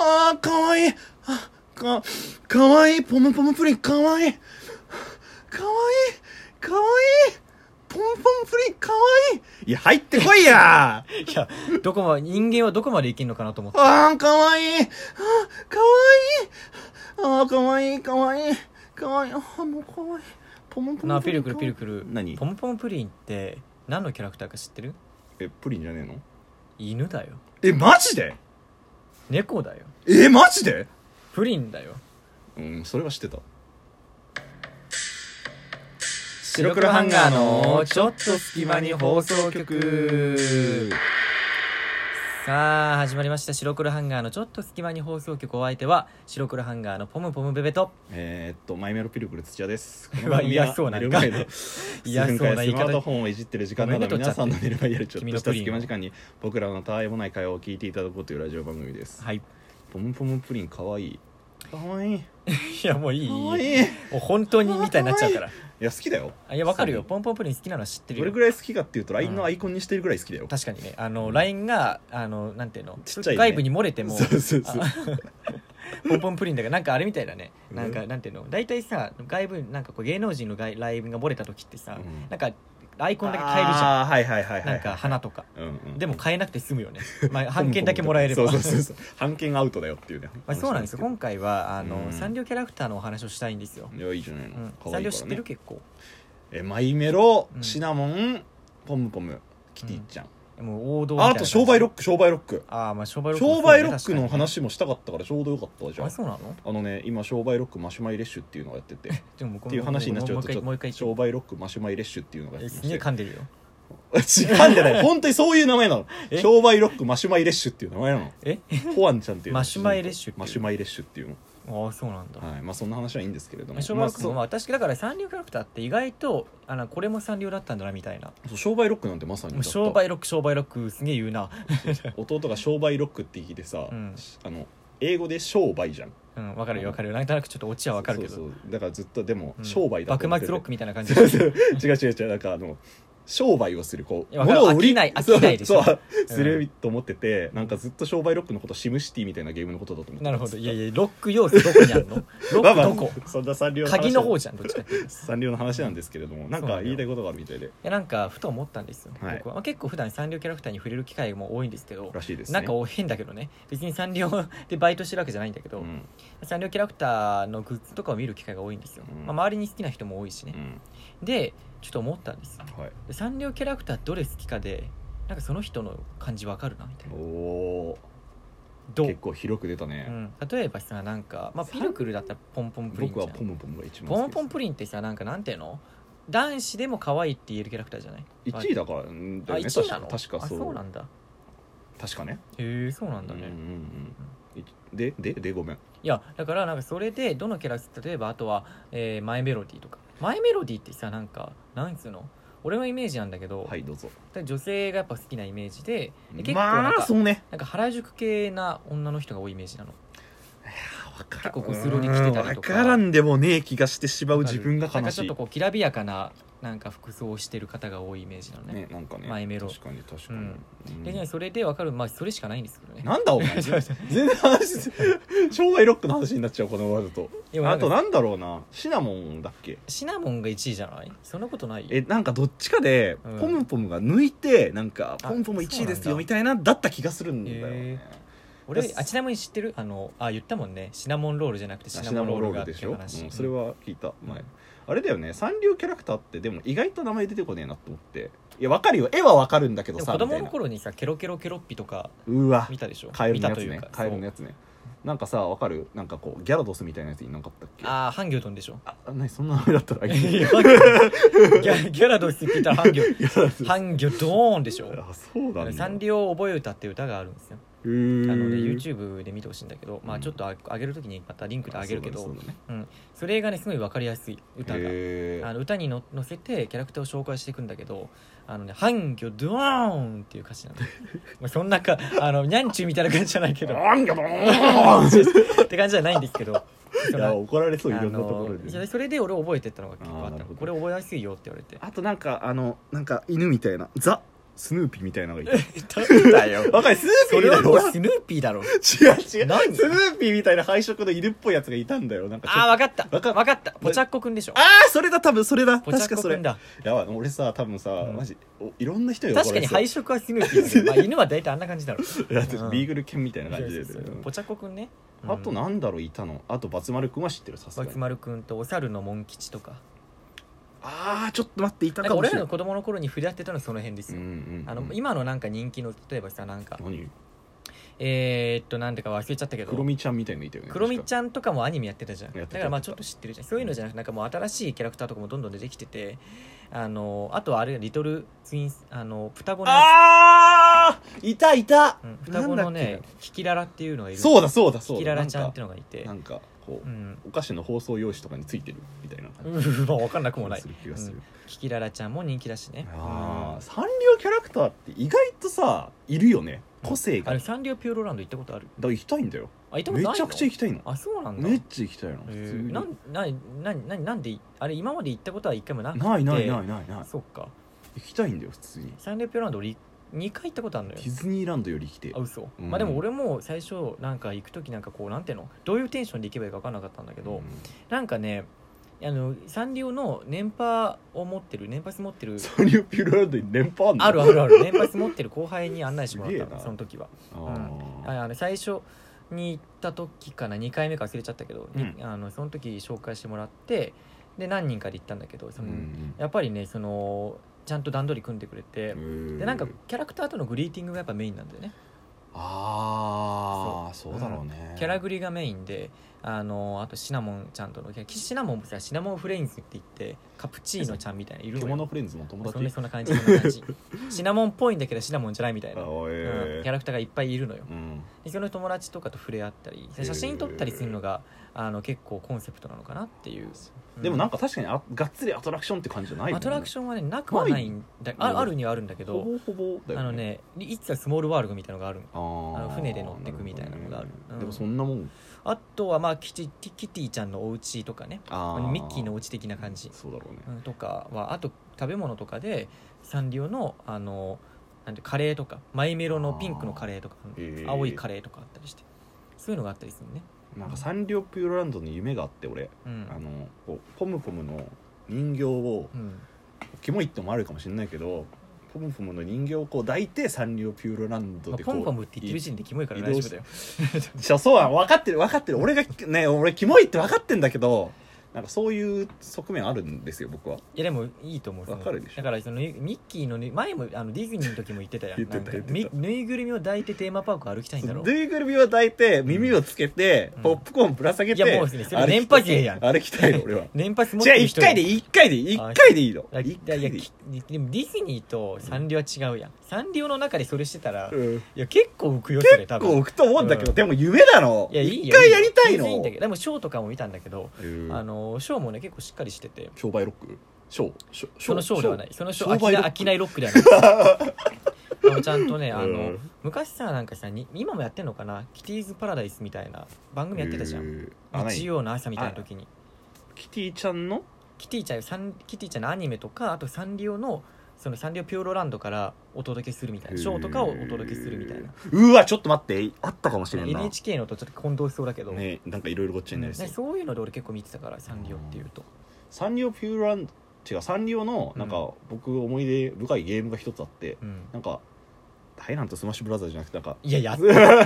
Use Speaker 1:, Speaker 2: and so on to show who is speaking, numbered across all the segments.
Speaker 1: あー、かわいい。あか、かわいい。ポムポムプリン、かわいい。かわいい。かわいい。ポムポムプリン、かわいい。いや、入ってこいや
Speaker 2: いや、どこま、人間はどこまで生きるのかなと思って。
Speaker 1: あー、かわいい。あー、かわいい。あー、かわいい、かわいい。かわいい。あー、もうかわいい。ポムポム
Speaker 2: なあ、
Speaker 1: プ
Speaker 2: ピ
Speaker 1: リン
Speaker 2: ル
Speaker 1: か
Speaker 2: ク
Speaker 1: わい
Speaker 2: ル
Speaker 1: い。
Speaker 2: ピルクル。
Speaker 1: 何
Speaker 2: ポムポムプリンって、何のキャラクターか知ってる
Speaker 1: え、プリンじゃねえの
Speaker 2: 犬だよ。
Speaker 1: え、マジで
Speaker 2: 猫だよ。
Speaker 1: え、マジで
Speaker 2: プリンだよ。
Speaker 1: うん、それは知ってた。
Speaker 2: 白黒ハンガーのちょっと隙間に放送局さあ、始まりました。白黒ハンガーのちょっと隙間に放送局お相手は、白黒ハンガーのポムポムベベと、
Speaker 1: えー、っと、マイメロピルクル土屋 です。
Speaker 2: うわ嫌そうな
Speaker 1: 寝る前の
Speaker 2: 嫌そうな言
Speaker 1: 数分間やス
Speaker 2: い
Speaker 1: マート
Speaker 2: 方
Speaker 1: フ。ォンをいじってる時間な
Speaker 2: ごめ
Speaker 1: ど
Speaker 2: んね
Speaker 1: 皆さんの寝る前やるちょっとした
Speaker 2: 君のプリ
Speaker 1: 隙
Speaker 2: ンを
Speaker 1: 間時間に僕らのたわいもない会話を聞いていただこうというラジオ番組です。
Speaker 2: はい。い
Speaker 1: ポムポムプリンかわいい。かわいい。
Speaker 2: や、もういい。
Speaker 1: か
Speaker 2: も
Speaker 1: わいい。いう
Speaker 2: 本当にみたいになっちゃうから。
Speaker 1: や、好きだよ。
Speaker 2: あいや、わかるよ。ポンポンプリン好きなのは知ってる
Speaker 1: どれ
Speaker 2: よ
Speaker 1: ぐ。らい好きかっていうと LINE のアイコンにしてるぐらい好きだよ。
Speaker 2: 確かにね、あの、LINE が、あの、なんていうの、
Speaker 1: ちっちゃいね
Speaker 2: 外部に漏れても、
Speaker 1: そうそうそう。
Speaker 2: ポンポンプリンだからなんかあれみたいだね
Speaker 1: うん
Speaker 2: なんかなんていうの大体さ外部なんかこう芸能人の外ライブが漏れた時ってさ、
Speaker 1: うん
Speaker 2: なんかアイコンだけ変えるじゃ
Speaker 1: あーはいはいはい
Speaker 2: ん
Speaker 1: はい。
Speaker 2: なんか花とか、
Speaker 1: うんうん、
Speaker 2: でも変えなくて済 むよね、まあ、半券だけもらえれば
Speaker 1: そうそうそうそう半券アウトだよっていうね
Speaker 2: まあ、そうなんですよ今回はあの、
Speaker 1: うん
Speaker 2: サンリオキャラクターのお話をしたいんですよ、
Speaker 1: いやいいじゃないの、
Speaker 2: う
Speaker 1: 可愛い、から
Speaker 2: んサン
Speaker 1: ね
Speaker 2: リオ知ってる結構
Speaker 1: えマイメロ
Speaker 2: うん
Speaker 1: シナモン、ポムポムキティちゃん、
Speaker 2: もう王道みた
Speaker 1: あ
Speaker 2: いな
Speaker 1: あと商売ロッ
Speaker 2: ク
Speaker 1: ク商売ロック
Speaker 2: ああまあ商売ロックも
Speaker 1: 商
Speaker 2: そうね
Speaker 1: 売ロックの
Speaker 2: 確かにね
Speaker 1: 話もしたかったからちょうどよかったじゃん
Speaker 2: あそうなの
Speaker 1: あのね今商売ロックマシュマイレッシュっていうのをやっててっ
Speaker 2: でもって
Speaker 1: いう話になっちゃうとち
Speaker 2: も
Speaker 1: ょ
Speaker 2: う一
Speaker 1: っと
Speaker 2: 回
Speaker 1: 商売ロックマシュマイレッシュっていうのがや
Speaker 2: え
Speaker 1: って
Speaker 2: す
Speaker 1: て
Speaker 2: げえ噛んでるよ
Speaker 1: 違うんじゃ ない本当にそういう名前なの
Speaker 2: え
Speaker 1: 商売ロックマシュマイレッシュっていう名前なの
Speaker 2: え
Speaker 1: ホアンちゃんっていうの
Speaker 2: マシュマイレッシュっていう
Speaker 1: マシュマイレッシュっていうの
Speaker 2: ああそうなんだ、
Speaker 1: はい、まあそんな話はいいんですけれども、
Speaker 2: 商売ロック
Speaker 1: まあそう
Speaker 2: も、まあ、確かだからサンリオキャラクターって意外とあのこれもサンリオだったんだなみたいな
Speaker 1: そう商売ロックなんてまさに
Speaker 2: も
Speaker 1: だ
Speaker 2: う
Speaker 1: った
Speaker 2: 商売ロック商売ロックすげえ言うな
Speaker 1: 弟が商売ロックって聞いてさ、
Speaker 2: うん
Speaker 1: あの英語で商売じゃん
Speaker 2: うんわかるよわかるよなんとなくちょっとオチは わかるけど
Speaker 1: そうそうだからずっとでも
Speaker 2: うん
Speaker 1: 商売だと思って
Speaker 2: 幕末
Speaker 1: て
Speaker 2: ロックみたいな感じ
Speaker 1: そうそう違う違う違うなんかあの商売をするこ
Speaker 2: いうやわかる
Speaker 1: 物を売り
Speaker 2: 飽きない飽きないでし
Speaker 1: そ
Speaker 2: ょ
Speaker 1: うそう
Speaker 2: うん
Speaker 1: すると思ってて、なんかずっと商売ロックのことシムシティみたいなゲームのことだと思ってた
Speaker 2: なるほどいやいやロック要素どこにあるのロックどこ
Speaker 1: まあまあそんな三流の話
Speaker 2: 鍵の方じゃんどっちかっていうとい
Speaker 1: 三流の話なんですけれども、なん
Speaker 2: そ
Speaker 1: か
Speaker 2: うなのよ
Speaker 1: 言いたいことがあるみたいで
Speaker 2: やなんかふと思ったんですよ、
Speaker 1: はい
Speaker 2: 僕は、まあ、結構普段サンリオキャラクターに触れる機会も多いんですけど
Speaker 1: らしいですね
Speaker 2: なんか変だけどね別にサンリオでバイトしてるわけじゃないんだけど、
Speaker 1: うん
Speaker 2: サンリオキャラクターのグッズとかを見る機会が多いんですよ、
Speaker 1: うん
Speaker 2: まあ、周りに好きな人も多いし
Speaker 1: う
Speaker 2: ね、
Speaker 1: ん
Speaker 2: でちょっと思ったんですよ
Speaker 1: はい
Speaker 2: でサンリオキャラクターどれ好きかでなんかその人の感じわかるなみたいな
Speaker 1: おー
Speaker 2: ど
Speaker 1: 結
Speaker 2: う、
Speaker 1: 構広く出たね、
Speaker 2: うん、例えばさなんか、まあ、
Speaker 1: サン
Speaker 2: ピルクルだったらポンポンプリンじ
Speaker 1: 僕
Speaker 2: ゃ
Speaker 1: は
Speaker 2: ん
Speaker 1: ポムポムが一番
Speaker 2: ポ
Speaker 1: 好
Speaker 2: ン
Speaker 1: き
Speaker 2: ポンプリンってさなんかなんていうの男子でも可愛いって言えるキャラクターじゃない
Speaker 1: 1位だからんだ
Speaker 2: あ
Speaker 1: よね
Speaker 2: 1位
Speaker 1: 確
Speaker 2: な
Speaker 1: か
Speaker 2: の
Speaker 1: 確か
Speaker 2: あ
Speaker 1: そ
Speaker 2: そう
Speaker 1: う
Speaker 2: なんだ
Speaker 1: 確かね
Speaker 2: へえそうなんだ
Speaker 1: うん
Speaker 2: ね、
Speaker 1: うんうんいでででごめん
Speaker 2: いやだからなんかそれでどのキャラ例えばあとは、えーマイメロディーとかマイメロディーってさなんかなんつうの俺のイメージなんだけど、
Speaker 1: はいどうぞ
Speaker 2: 女性がやっぱ好きなイメージでで結構な
Speaker 1: ま
Speaker 2: ん
Speaker 1: あ
Speaker 2: か
Speaker 1: そうね
Speaker 2: なんか原宿系な女の人が多いイメージなの
Speaker 1: 結
Speaker 2: 結構ゴスロリ着てたりとか
Speaker 1: 分からんでもねえ気がしてしまう自分が
Speaker 2: なん
Speaker 1: 悲
Speaker 2: かち
Speaker 1: し
Speaker 2: ょっ
Speaker 1: い
Speaker 2: とこうきらびやかななんか服装をしてる方が多いイメージなのね
Speaker 1: ねなんかね
Speaker 2: マイメロ
Speaker 1: 確かに確かに
Speaker 2: うん
Speaker 1: うん
Speaker 2: でそれでわかるまあそれしかないんですけどね
Speaker 1: なんだお 前全然話昭和ロックの話になっちゃうこのワード
Speaker 2: でも
Speaker 1: と
Speaker 2: な
Speaker 1: あとな
Speaker 2: んか
Speaker 1: んだろうなシナモンだっけ
Speaker 2: シナモンが1位じゃないそんなことないよ
Speaker 1: えなんかどっちかで
Speaker 2: うん
Speaker 1: ポムポムが抜いてなんか
Speaker 2: あ
Speaker 1: ポムポム1位です
Speaker 2: そうなんだ
Speaker 1: よみたいなだった気がするんだよ
Speaker 2: へ
Speaker 1: ね
Speaker 2: 俺
Speaker 1: です
Speaker 2: あちなみに知ってるあのあ言ったもんねシナモンロールじゃなくてシ
Speaker 1: シ
Speaker 2: ナ
Speaker 1: ナ
Speaker 2: モ
Speaker 1: モ
Speaker 2: ン
Speaker 1: ン
Speaker 2: ロ
Speaker 1: ロー
Speaker 2: ール
Speaker 1: ル
Speaker 2: がって
Speaker 1: で
Speaker 2: い
Speaker 1: し
Speaker 2: う
Speaker 1: ょ、
Speaker 2: 話
Speaker 1: うんそれは聞いた前、
Speaker 2: うん
Speaker 1: あれだよねサンリオキャラクターってでも意外と名前出てこねえなと思っていやわかるよ絵はわかるんだけ
Speaker 2: で
Speaker 1: ど
Speaker 2: も
Speaker 1: さ
Speaker 2: 子
Speaker 1: みた
Speaker 2: 供
Speaker 1: い
Speaker 2: の
Speaker 1: な
Speaker 2: 頃にさケロケロケロッピとか
Speaker 1: うわ
Speaker 2: 見たでしょ
Speaker 1: カエル
Speaker 2: 見
Speaker 1: の
Speaker 2: た
Speaker 1: や
Speaker 2: と
Speaker 1: つ
Speaker 2: いう
Speaker 1: ね
Speaker 2: か
Speaker 1: カエルのやつねなんかさわかるなんかこうギャラドスみたいなやついなかったっけあ
Speaker 2: ああハンギョドン でしょ
Speaker 1: あ何そんな名前だったら
Speaker 2: い
Speaker 1: ギ
Speaker 2: や
Speaker 1: ャ
Speaker 2: ギャギャラドスって言ったらハンギョ
Speaker 1: ラドス
Speaker 2: ハンギョドーン でしょ
Speaker 1: あそうなんだ
Speaker 2: サンリオ覚え歌っていう歌があるんですよ
Speaker 1: うーん
Speaker 2: あのね YouTube で見てほしいんだけど、まあ、
Speaker 1: うん
Speaker 2: ちょっとあ上げるときにまたリンクで上げるけど
Speaker 1: あ
Speaker 2: そ
Speaker 1: そうだねそうだね
Speaker 2: れがねすごい分かりやすい歌が
Speaker 1: へ
Speaker 2: あ
Speaker 1: ー
Speaker 2: の歌にの乗せてキャラクターを紹介していくんだけど「あのねハンギョドーン」っていう歌 詞なのまあそんなかあのにゃんちゅうみたいな感じじゃないけど
Speaker 1: なんかも う
Speaker 2: って感じじゃないんですけどそ
Speaker 1: い
Speaker 2: の
Speaker 1: や怒られそうい
Speaker 2: あ
Speaker 1: ろんなとこ
Speaker 2: の
Speaker 1: ろ
Speaker 2: いや
Speaker 1: で
Speaker 2: それで俺覚えてったのが結構あ
Speaker 1: あーな
Speaker 2: っ
Speaker 1: る
Speaker 2: たの
Speaker 1: ほど
Speaker 2: これ覚えやすいよって言われて
Speaker 1: あとなんかあのなんか犬みたいなザスヌーピーみたいなのがいて
Speaker 2: 誰だよ
Speaker 1: 若いスヌーピ
Speaker 2: そ
Speaker 1: ー
Speaker 2: れは
Speaker 1: だ
Speaker 2: もう
Speaker 1: よ
Speaker 2: スヌーピー だろ
Speaker 1: 違う違うスヌ
Speaker 2: 何
Speaker 1: ーピーみたいな配色の犬っぽいやつがいたんだよなんかちょっと
Speaker 2: ああ分かった
Speaker 1: わか
Speaker 2: 分かったポチャッコくんでしょ
Speaker 1: ああそれだ多分それだ
Speaker 2: ポチャ
Speaker 1: 確
Speaker 2: ッ
Speaker 1: か
Speaker 2: コ
Speaker 1: そ
Speaker 2: く
Speaker 1: れ
Speaker 2: んだ
Speaker 1: やばい俺さ多分さ、
Speaker 2: うん
Speaker 1: マジおいろんな人に
Speaker 2: 確かに配
Speaker 1: 色
Speaker 2: 色はスヌーピ ーだけど、まあ、犬は大体あんな感じだろうん
Speaker 1: ビーグル犬みたいな感じで、
Speaker 2: そうそうそう
Speaker 1: うん
Speaker 2: ポチャコくんね
Speaker 1: あとなんだろういたのあとバツ丸くんは知ってるさすが
Speaker 2: 松
Speaker 1: に
Speaker 2: 丸くんとお猿のモン吉とか
Speaker 1: ああちょっと待っていたか
Speaker 2: なんか
Speaker 1: も
Speaker 2: 俺
Speaker 1: しれ
Speaker 2: ら
Speaker 1: な
Speaker 2: の
Speaker 1: い
Speaker 2: 子供の頃に触れ合ってたのその辺です
Speaker 1: うん
Speaker 2: よ、
Speaker 1: うん
Speaker 2: あの
Speaker 1: うん
Speaker 2: 今のなんか人気の例えばさなんか
Speaker 1: 何
Speaker 2: えー、っとなんだか忘れちゃったけど
Speaker 1: クロミちゃんみたいのいたよね
Speaker 2: クロミち
Speaker 1: ゃん
Speaker 2: ゃんとかもアニメやってたじゃん
Speaker 1: や
Speaker 2: だ
Speaker 1: ってた
Speaker 2: からま
Speaker 1: やっ
Speaker 2: あ
Speaker 1: て
Speaker 2: ち
Speaker 1: た
Speaker 2: ょっと知ってるじゃんそういうのじゃなくてなんかもう新しいキャラクターとかもどんどん出てきててあのあとはあれリトルツインスあの双子のや
Speaker 1: ああいたいた、
Speaker 2: つ、うん、双子の
Speaker 1: なんだ
Speaker 2: ね
Speaker 1: っけ
Speaker 2: キキララっていうのがいる
Speaker 1: そう
Speaker 2: だ
Speaker 1: だそうだそう
Speaker 2: キ
Speaker 1: だ
Speaker 2: キララちゃんって
Speaker 1: な
Speaker 2: のがいて
Speaker 1: んかなんかこう、
Speaker 2: うん
Speaker 1: お菓子の包装用紙とかについてるみたいな
Speaker 2: う
Speaker 1: 感じ
Speaker 2: んまあ分かんなくもない
Speaker 1: する気がする、
Speaker 2: うんキキララちゃんも人気だしね
Speaker 1: あ
Speaker 2: うん
Speaker 1: あサンリオキャラクターって意外とさいるよね個性がだ
Speaker 2: あれ
Speaker 1: か
Speaker 2: サンリオピューロランド行ったことある
Speaker 1: ら行きたいんだよ
Speaker 2: あ行ったこと
Speaker 1: め
Speaker 2: ないの
Speaker 1: ちゃくちゃ行きたいの
Speaker 2: あそうなんだ
Speaker 1: めっちゃ行きたいの
Speaker 2: え
Speaker 1: 普通
Speaker 2: ー
Speaker 1: に
Speaker 2: なんなんなんなんなんであれ今まで行ったことは一回もなくて
Speaker 1: ないないないないない
Speaker 2: そっか
Speaker 1: 行きたいんだよ普通に
Speaker 2: サンリオピューロランド俺2回行ったことあるの
Speaker 1: デ
Speaker 2: よ
Speaker 1: ィズニーランドより来て
Speaker 2: あ嘘、
Speaker 1: うん
Speaker 2: まあでも俺も最初なんか行く時なんかこうなんていうのどういうテンションで行けばいいか分からなかったんだけど、なんかねあのサンリオの年パを持ってる年パス持ってる
Speaker 1: サンリオピューロランドに連覇あんの
Speaker 2: あるあるある年パス持ってる後輩に案内してもらっ
Speaker 1: す
Speaker 2: た
Speaker 1: げえ
Speaker 2: の
Speaker 1: な
Speaker 2: その時は
Speaker 1: あー
Speaker 2: ああの最初に行った時かな2回目か忘れちゃったけど、に
Speaker 1: う
Speaker 2: あのその時紹介してもらってで何人かで行ったんだけどそ
Speaker 1: うん
Speaker 2: の、
Speaker 1: うん
Speaker 2: やっぱりねそのちゃんと段取り組んでくれて、でなんか
Speaker 1: へー
Speaker 2: キャラクターとのグリーティングがやっぱメインなんだよね
Speaker 1: ああそうだろうね
Speaker 2: キャラグリがメインであのあとシナモンちゃんとのキャラシナモンもさシナモンフレンズって言ってカプチーノちゃんみたいないるの
Speaker 1: 獣
Speaker 2: よ
Speaker 1: フレンズの友
Speaker 2: そん
Speaker 1: 達
Speaker 2: なそんな 感じそんな感じシナモンっぽいんだけどシナモンじゃないみたいな、
Speaker 1: あ
Speaker 2: うん
Speaker 1: おえ
Speaker 2: キャ
Speaker 1: ラ
Speaker 2: ラクターがいっぱいいるのよ
Speaker 1: うん
Speaker 2: でその友達とかと触れ合ったり
Speaker 1: へー
Speaker 2: 写真撮ったりするのがあの結構コンセプトなのかなっていう、
Speaker 1: でもなん
Speaker 2: か
Speaker 1: か確かにあがっつりアトラクションって感じじゃない
Speaker 2: アトラク
Speaker 1: ョ
Speaker 2: ションはねなくはないんだあ
Speaker 1: ない
Speaker 2: あるにはあるんだけど
Speaker 1: ほぼほぼだよ
Speaker 2: あのねいつかスモールワールドみたいなのがあるの
Speaker 1: あー
Speaker 2: あの船で乗ってくみたいなのがあるうん
Speaker 1: でもそんなもん
Speaker 2: あとはまあキティキティちゃんのお家とかね
Speaker 1: あ
Speaker 2: ミッキーのお家的な感じ
Speaker 1: そうだろうね
Speaker 2: うんとかはあと食べ物とかでサンリオのあのなんてカレーとかマイメロのピンクのカレーとか
Speaker 1: あーへー
Speaker 2: 青いカレーとかあったりしてそういうのがあったりするね、
Speaker 1: なんかサンリオピューロランドに夢があって俺
Speaker 2: うん
Speaker 1: あのこうポムポムの人形を
Speaker 2: うん、
Speaker 1: キモいってのもあるかもしれないけどポムポムの人形をこう抱いてサンリオピューロランド
Speaker 2: まあ
Speaker 1: でこ
Speaker 2: ポ
Speaker 1: う
Speaker 2: ンポムって言ってる時点でキモいから
Speaker 1: 移
Speaker 2: 大
Speaker 1: 動
Speaker 2: 丈
Speaker 1: し
Speaker 2: 夫だよ
Speaker 1: そうそうなの分かってる分かってる俺がね俺キモいって分かってんだけどなんかそういう側面あるんですよ僕はい
Speaker 2: やでもいいと思うその
Speaker 1: わかるでしょ
Speaker 2: だからそのミッキーのね前もあのディズニーの時も言ってたやん
Speaker 1: 言ってた
Speaker 2: なんか
Speaker 1: 言ってた
Speaker 2: みぬいぐるみを抱いてテーマパーク歩きたいんだろ
Speaker 1: ぬいぐるみを抱いて耳をつけて、
Speaker 2: うん
Speaker 1: ポップコーンぶら下げて
Speaker 2: いやもうねそ
Speaker 1: 歩
Speaker 2: れ
Speaker 1: き
Speaker 2: 年覇勢やん
Speaker 1: 歩きたいの俺 は
Speaker 2: 年パス持っ
Speaker 1: じゃあ
Speaker 2: てる
Speaker 1: 1
Speaker 2: 人
Speaker 1: 回でいい1回でいい
Speaker 2: あ
Speaker 1: 1回でいいの
Speaker 2: いやい
Speaker 1: 一
Speaker 2: や
Speaker 1: 回
Speaker 2: い
Speaker 1: で
Speaker 2: や
Speaker 1: いい
Speaker 2: きでもディズニーとサンリオは違うやん、サンリオの中でそれしてたら、
Speaker 1: うん
Speaker 2: いや結構浮くよそれ
Speaker 1: 結
Speaker 2: 多
Speaker 1: 構
Speaker 2: 分
Speaker 1: 置くと思うんだけど、
Speaker 2: うん
Speaker 1: でも夢だろ
Speaker 2: いやいいよ
Speaker 1: 一回やりたい
Speaker 2: 全
Speaker 1: の
Speaker 2: 然んだけどでもショーとかも見たんだけど、
Speaker 1: うん
Speaker 2: あのショーもね結構しっかりしてて
Speaker 1: 商売ロックショーショーショ
Speaker 2: そのショーではないそのショ
Speaker 1: 商売
Speaker 2: ー
Speaker 1: ロッ
Speaker 2: 飽
Speaker 1: ク
Speaker 2: きないロックではない あのちゃんとねあの、
Speaker 1: うん
Speaker 2: 昔さなんかさに今もやってんのかなキティーズパラダイスみたいな番組やってたじゃ
Speaker 1: え
Speaker 2: ん、
Speaker 1: ーあ
Speaker 2: 日
Speaker 1: 何
Speaker 2: 曜の朝みたいな時に
Speaker 1: キティちゃんの
Speaker 2: キティちゃんサンキティちゃんのアニメとかあとサンリオのそのサンリオピューロランドからお届けするみたいなショーとかをお届けするみたいな
Speaker 1: うわちょっと待ってあったかもしれんな
Speaker 2: NHK のとちょっと混同しそうだけど、
Speaker 1: ねなんかいろいろごっちゃになりそう
Speaker 2: ねそういうので俺結構見てたからサンリオっていうと
Speaker 1: サンリオピューロランド違うサンリオのなん
Speaker 2: う
Speaker 1: か僕思い出深いゲームが一つあって
Speaker 2: うん
Speaker 1: なんかハイランドスマッシュブラザーズじゃなくてなんか
Speaker 2: いやい や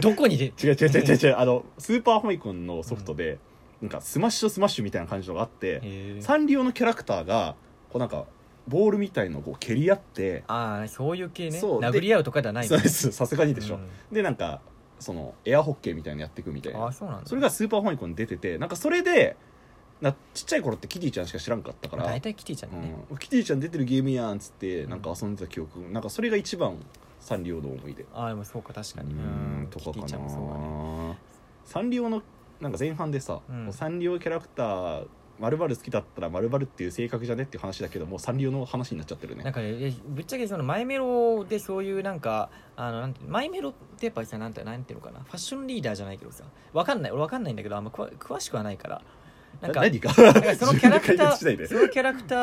Speaker 2: どこ にで
Speaker 1: 違う違う違う違う違うあのスーパーファミコンのソフトでなんかスマッシュスマッシュみたいな感じのがあって
Speaker 2: へー
Speaker 1: サンリオのキャラクターがこうなんかボールみたいのをこう蹴り合って
Speaker 2: ああそういう系ね
Speaker 1: そうで
Speaker 2: 殴り合うとかではない
Speaker 1: そ
Speaker 2: の
Speaker 1: うですさすがにでしょ
Speaker 2: うん
Speaker 1: でなんかそのエアホッケーみたいなのやっていくみたい
Speaker 2: ああ
Speaker 1: な
Speaker 2: そうなんだ
Speaker 1: それがスーパーファミコンに出ててなんかそれでなちっちゃい頃ってキティちゃんしか知らんかったから
Speaker 2: 大体キティちゃんだね、
Speaker 1: うん、キティちゃん出てるゲームやんっつって
Speaker 2: うん
Speaker 1: なんか遊んでた記憶、なんかそれが一番サンリオの思い出
Speaker 2: ああでもそうか確かに
Speaker 1: うんと
Speaker 2: キ
Speaker 1: か
Speaker 2: テ
Speaker 1: か
Speaker 2: ィ
Speaker 1: な
Speaker 2: ちゃんもそうだね
Speaker 1: サンリオのなんか前半でさ、
Speaker 2: うん
Speaker 1: もうサンリオキャラクターまる好きだったらまるっていう性格じゃねっていう話だけどもうサンリオの話になっちゃってる
Speaker 2: なん
Speaker 1: ね
Speaker 2: かねえぶっちゃけそのマイメロでそういうなんかあのなんてマイメロってやっぱさなんてなんていうのかなファッションリーダーじゃないけどさわかんない俺わかんないんだけどあんま詳詳しくはないからなんか
Speaker 1: 何か
Speaker 2: なんかそのキャラ
Speaker 1: 自
Speaker 2: クタ
Speaker 1: 分で解決しない
Speaker 2: ー
Speaker 1: で
Speaker 2: そのキャラクタ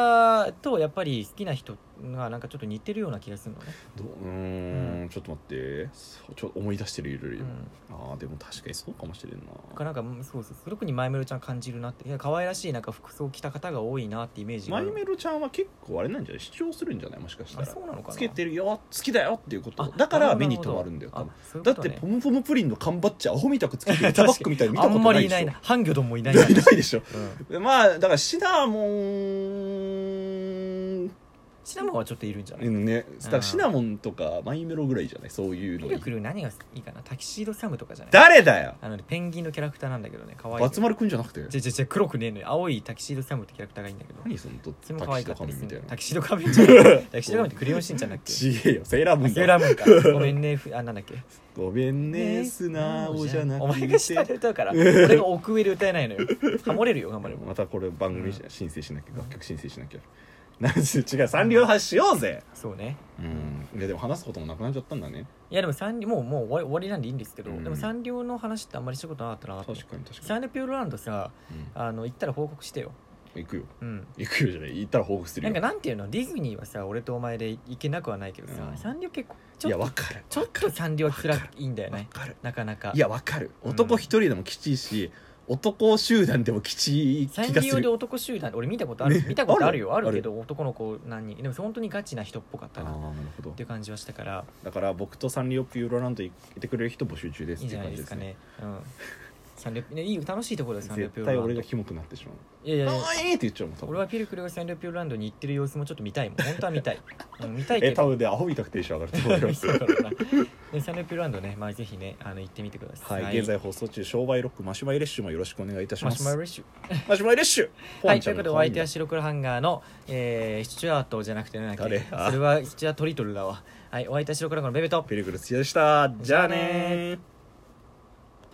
Speaker 2: ーとやっぱり好きな人がなんかちょっと似てるような気がするのね、
Speaker 1: どううー
Speaker 2: うん
Speaker 1: ちょっと待ってそうちょっと思い出してるいろいうろ
Speaker 2: ん、
Speaker 1: あーでも確かにそうかもしれんな
Speaker 2: なんかそうそうすごくにマイメロちゃん感じるなっていや可愛らしいなんか服装を着た方が多いなってイメージが
Speaker 1: マイメロちゃんは結構あれなんじゃない主張するんじゃないもしかした
Speaker 2: あ
Speaker 1: ら
Speaker 2: そうなのかな
Speaker 1: つけてるよ好きだよっていうこと
Speaker 2: あ
Speaker 1: だから目に
Speaker 2: なる
Speaker 1: 留
Speaker 2: ほ
Speaker 1: ま
Speaker 2: ど
Speaker 1: るんだよ多分
Speaker 2: あそういう
Speaker 1: だ
Speaker 2: こ
Speaker 1: って
Speaker 2: とね
Speaker 1: ポムポムプリンの缶バッジアホみたくつけてるタバックみたいに見
Speaker 2: あ
Speaker 1: たこと
Speaker 2: んま
Speaker 1: な
Speaker 2: り
Speaker 1: い
Speaker 2: い
Speaker 1: で
Speaker 2: な
Speaker 1: し
Speaker 2: い
Speaker 1: ょ
Speaker 2: なハンギョドンもいない
Speaker 1: い
Speaker 2: な
Speaker 1: ないでしょ
Speaker 2: うん
Speaker 1: まあだからシナモン
Speaker 2: シナモンはちょっといるんじゃない
Speaker 1: ねだか
Speaker 2: う
Speaker 1: ら
Speaker 2: ん
Speaker 1: シナモンとかマイメロぐらいじゃないそういう
Speaker 2: ピ
Speaker 1: の
Speaker 2: ルクル何がいいかなタキシードサムとかじゃない
Speaker 1: 誰だよ
Speaker 2: あのねペンギンのキャラクターなんだけどね可愛い
Speaker 1: 松丸くんじゃなくて
Speaker 2: じゃじゃじゃ黒くねえのよ青いタキシードサムってキャラクターがいいんだけど
Speaker 1: 何そのと
Speaker 2: それも可愛かった
Speaker 1: タ
Speaker 2: で
Speaker 1: キシード仮面みた
Speaker 2: す
Speaker 1: い
Speaker 2: ね
Speaker 1: な
Speaker 2: タキシード仮面じゃないタキシード仮面ってクレヨンしんちゃんだっ け
Speaker 1: ちげえよセーラーム
Speaker 2: あ
Speaker 1: ーン
Speaker 2: セーラ
Speaker 1: だ
Speaker 2: ームーンかごめんねふあなんだっけ
Speaker 1: ごめんね素直じゃなくて
Speaker 2: お前が下で歌う から俺が奥上で歌えないのよハモれるよ頑張れば
Speaker 1: またこれ番組申請しなきゃ楽曲申請しなきゃなんせ違うサンリオ発しようぜ
Speaker 2: そうね
Speaker 1: うんいやでも話すこともなくなっちゃったんだね
Speaker 2: いやでもサンリもうもう終わり終わりなんでいいんですけど、
Speaker 1: うん
Speaker 2: でもサンリオの話ってあんまりしたことなかったな
Speaker 1: 確
Speaker 2: と思って
Speaker 1: かに確か
Speaker 2: サンリオピューロランドさ
Speaker 1: に
Speaker 2: あの行ったら報告してよ
Speaker 1: うん行くよ
Speaker 2: うん
Speaker 1: 行くよじゃない行ったら報告する
Speaker 2: なん
Speaker 1: よ
Speaker 2: かなんていうのディズニーはさ俺とお前で行けなくはないけどさ、
Speaker 1: うん
Speaker 2: サンリオ結構ち
Speaker 1: いや
Speaker 2: ょっ
Speaker 1: わ
Speaker 2: と
Speaker 1: かる
Speaker 2: ちょっとサンリオは辛いんだよ
Speaker 1: わ
Speaker 2: ね
Speaker 1: かる
Speaker 2: なかなか
Speaker 1: いやわかる
Speaker 2: うん
Speaker 1: 男一人でもきちいし、男集団でもきちい
Speaker 2: サ
Speaker 1: 気
Speaker 2: ン
Speaker 1: が
Speaker 2: リ
Speaker 1: す
Speaker 2: オで
Speaker 1: る
Speaker 2: 男集団俺見たことある、
Speaker 1: ね
Speaker 2: 見たことあるよ
Speaker 1: あ
Speaker 2: あ
Speaker 1: る
Speaker 2: るけど男の子何人でも本当にガチな人っぽかっ
Speaker 1: あ
Speaker 2: た
Speaker 1: あ
Speaker 2: なっ
Speaker 1: なるほど
Speaker 2: ていう感じはしたから
Speaker 1: だから僕とサンリオピューロランド行ってくれる人募集中です
Speaker 2: いい
Speaker 1: っ
Speaker 2: ん
Speaker 1: て
Speaker 2: じ
Speaker 1: い
Speaker 2: ゃ
Speaker 1: う
Speaker 2: ない
Speaker 1: 感
Speaker 2: で
Speaker 1: じ
Speaker 2: す
Speaker 1: です
Speaker 2: か
Speaker 1: ね
Speaker 2: ねうんサンリオねいい楽しいところだよサンリオピ
Speaker 1: 絶
Speaker 2: ューロ
Speaker 1: 対
Speaker 2: ランド
Speaker 1: 俺がキモくなってしまう
Speaker 2: いやいやいや
Speaker 1: 可愛いって言っちゃうもん多分
Speaker 2: 俺はピルクルがサンリオピューロランドに行ってる様子もちょっと見たいもん本当は見たい、うん、見たいけ
Speaker 1: え多
Speaker 2: ど
Speaker 1: 分でアホみたくテンション上がると思います
Speaker 2: そうだろうなでサンリオピューロランドね、まあ、ぜひねあの行ってみてくださ、
Speaker 1: はいい、現在放送中商売ロックマシュマイレッシュもよろしくお願いいたしま
Speaker 2: マ
Speaker 1: す
Speaker 2: シュマロレッシュ
Speaker 1: マシュマイレッシュ
Speaker 2: はいということでお相手は
Speaker 1: し
Speaker 2: 白黒ハンガーの、えー、スチュアートじゃなくてなんだっけ
Speaker 1: 誰あ
Speaker 2: それはスチュアトリトルだわはいお相手は白黒ハンガーのベベと
Speaker 1: ペリクルスでしたじゃあね
Speaker 2: じゃ
Speaker 1: ー
Speaker 2: あね